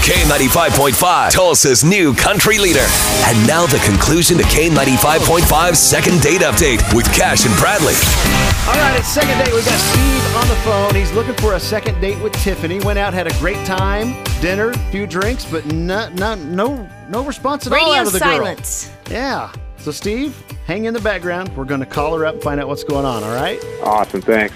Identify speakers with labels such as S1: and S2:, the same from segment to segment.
S1: K95.5, Tulsa's new country leader. And now the conclusion to K95.5's second date update with Cash and Bradley.
S2: All right, it's second date. We've got Steve on the phone. He's looking for a second date with Tiffany. Went out, had a great time, dinner, a few drinks, but no, no, no, no response at all
S3: Radio
S2: out of the
S3: silence.
S2: girl. Yeah. So Steve, hang in the background. We're going to call her up and find out what's going on. All right.
S4: Awesome, thanks.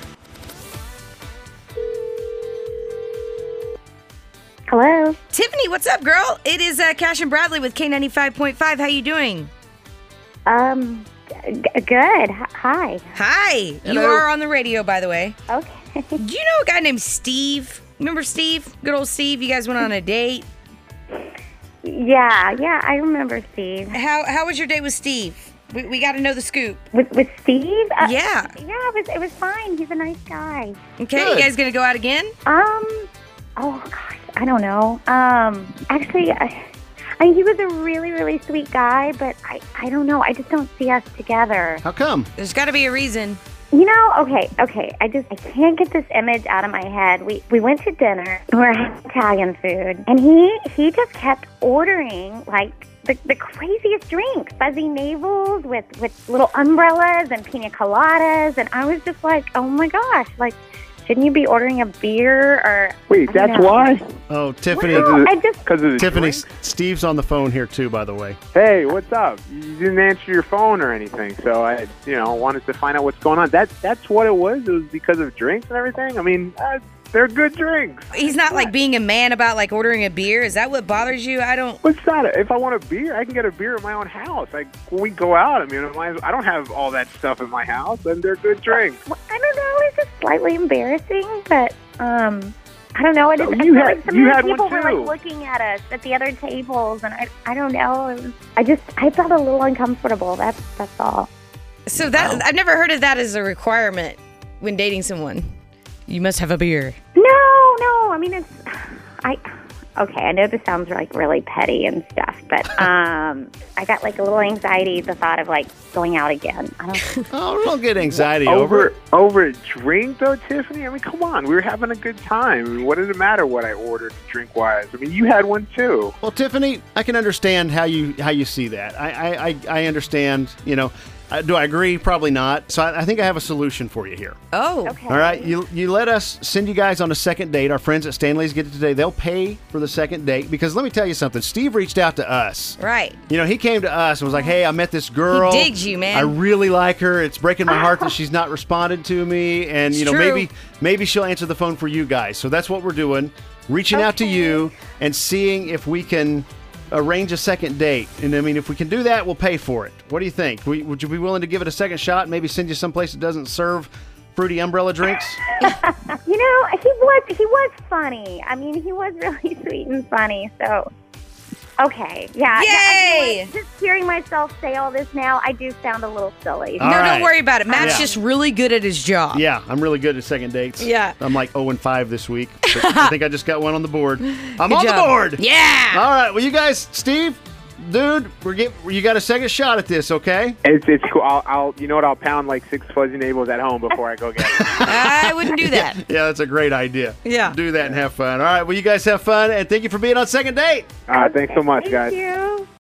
S5: Hello.
S3: Tiffany, what's up, girl? It is uh, Cash and Bradley with K95.5. How you doing?
S5: Um. G- good. H- Hi.
S3: Hi. You
S2: Hello.
S3: are on the radio, by the way.
S5: Okay.
S3: Do you know a guy named Steve? Remember Steve? Good old Steve. You guys went on a date.
S5: Yeah. Yeah. I remember Steve.
S3: How how was your date with Steve? We, we got to know the scoop.
S5: With with Steve. Uh,
S3: Yeah.
S5: Yeah. It was it was fine. He's a nice guy.
S3: Okay,
S2: Good.
S3: you guys gonna go out again?
S5: Um. Oh gosh. I don't know. Um. Actually, I. I mean, he was a really, really sweet guy, but I, I don't know. I just don't see us together.
S2: How come?
S3: There's got to be a reason.
S5: You know, okay, okay. I just I can't get this image out of my head. We we went to dinner. We were having Italian food, and he he just kept ordering like the, the craziest drinks, fuzzy navels with with little umbrellas and pina coladas, and I was just like, oh my gosh, like. Shouldn't you be ordering a beer or?
S4: Wait,
S5: I
S4: that's
S5: know.
S4: why?
S2: Oh, Tiffany.
S5: Well, I just
S4: Because of the
S2: Tiffany,
S4: drink?
S2: Steve's on the phone here too, by the way.
S4: Hey, what's up? You didn't answer your phone or anything, so I, you know, wanted to find out what's going on. That that's what it was. It was because of drinks and everything. I mean, uh, they're good drinks.
S3: He's not like being a man about like ordering a beer. Is that what bothers you? I don't.
S4: What's that? If I want a beer, I can get a beer at my own house. Like when we go out, I mean, I might as- I don't have all that stuff in my house, and they're good drinks.
S5: well, I don't know. It's just slightly embarrassing, but um, I don't know. I just
S4: No,
S5: I
S4: you
S5: felt
S4: had-
S5: like some
S4: you
S5: of the
S4: had one
S5: people were
S4: too.
S5: like looking at us at the other tables, and I I don't know. It was- I just I felt a little uncomfortable. That's that's all.
S3: So that I've never heard of that as a requirement when dating someone. You must have a beer.
S5: No, no. I mean, it's I. Okay, I know this sounds like really petty and stuff, but um, I got like a little anxiety at the thought of like going out again. I don't.
S2: Oh, don't get anxiety over.
S4: Over
S2: it.
S4: over a drink though, Tiffany. I mean, come on, we were having a good time. I mean, what did it matter what I ordered drink wise? I mean, you had one too.
S2: Well, Tiffany, I can understand how you how you see that. I I, I, I understand. You know, Uh, do I agree? Probably not. So I, I think I have a solution for you here.
S3: Oh,
S5: Okay.
S2: All right, you you let us send you guys on a second date. Our friends at Stanley's get it today. They'll pay for the second date because let me tell you something. Steve reached out to us.
S3: right.
S2: You know, he came to us and was like, "Hey, I met this girl.
S3: He digs you, man.
S2: I really like her. It's breaking my heart that she's not responded to me. And you
S3: It's
S2: know,
S3: true.
S2: maybe maybe she'll answer the phone for you guys. So that's what we're doing, reaching out to
S5: Okay.
S2: you and seeing if we can arrange a second date. And I mean, if we can do that, we'll pay for it. What do you think? We, would you be willing to give it a second shot? Maybe send you someplace that doesn't serve fruity umbrella drinks.
S5: You know, he was he was funny. I mean, he was really sweet and funny. So, okay, yeah, yeah, I do
S3: Yay!
S5: like- just hearing myself say all this now, I do sound a little silly.
S2: All
S3: no,
S2: right.
S3: don't worry about it. Matt's
S2: Yeah.
S3: just really good at his job.
S2: Yeah, I'm really good at second dates.
S3: Yeah.
S2: I'm like 0 and 5 this week. but I think I just got one on the board. I'm on the
S3: job.
S2: board.
S3: Yeah.
S2: All right. Well, you guys, Steve, dude, we're get you got a second shot at this, okay?
S4: It's it's cool. I'll, I'll you know what? I'll pound like six fuzzy neighbors at home before I go get it.
S3: I wouldn't do that.
S2: Yeah, that's a great idea.
S3: Yeah.
S2: Do that and have fun. All right. Well, you guys have fun, and thank you for being on second date.
S4: All right, thanks so much,
S5: Thank
S4: guys.
S5: you.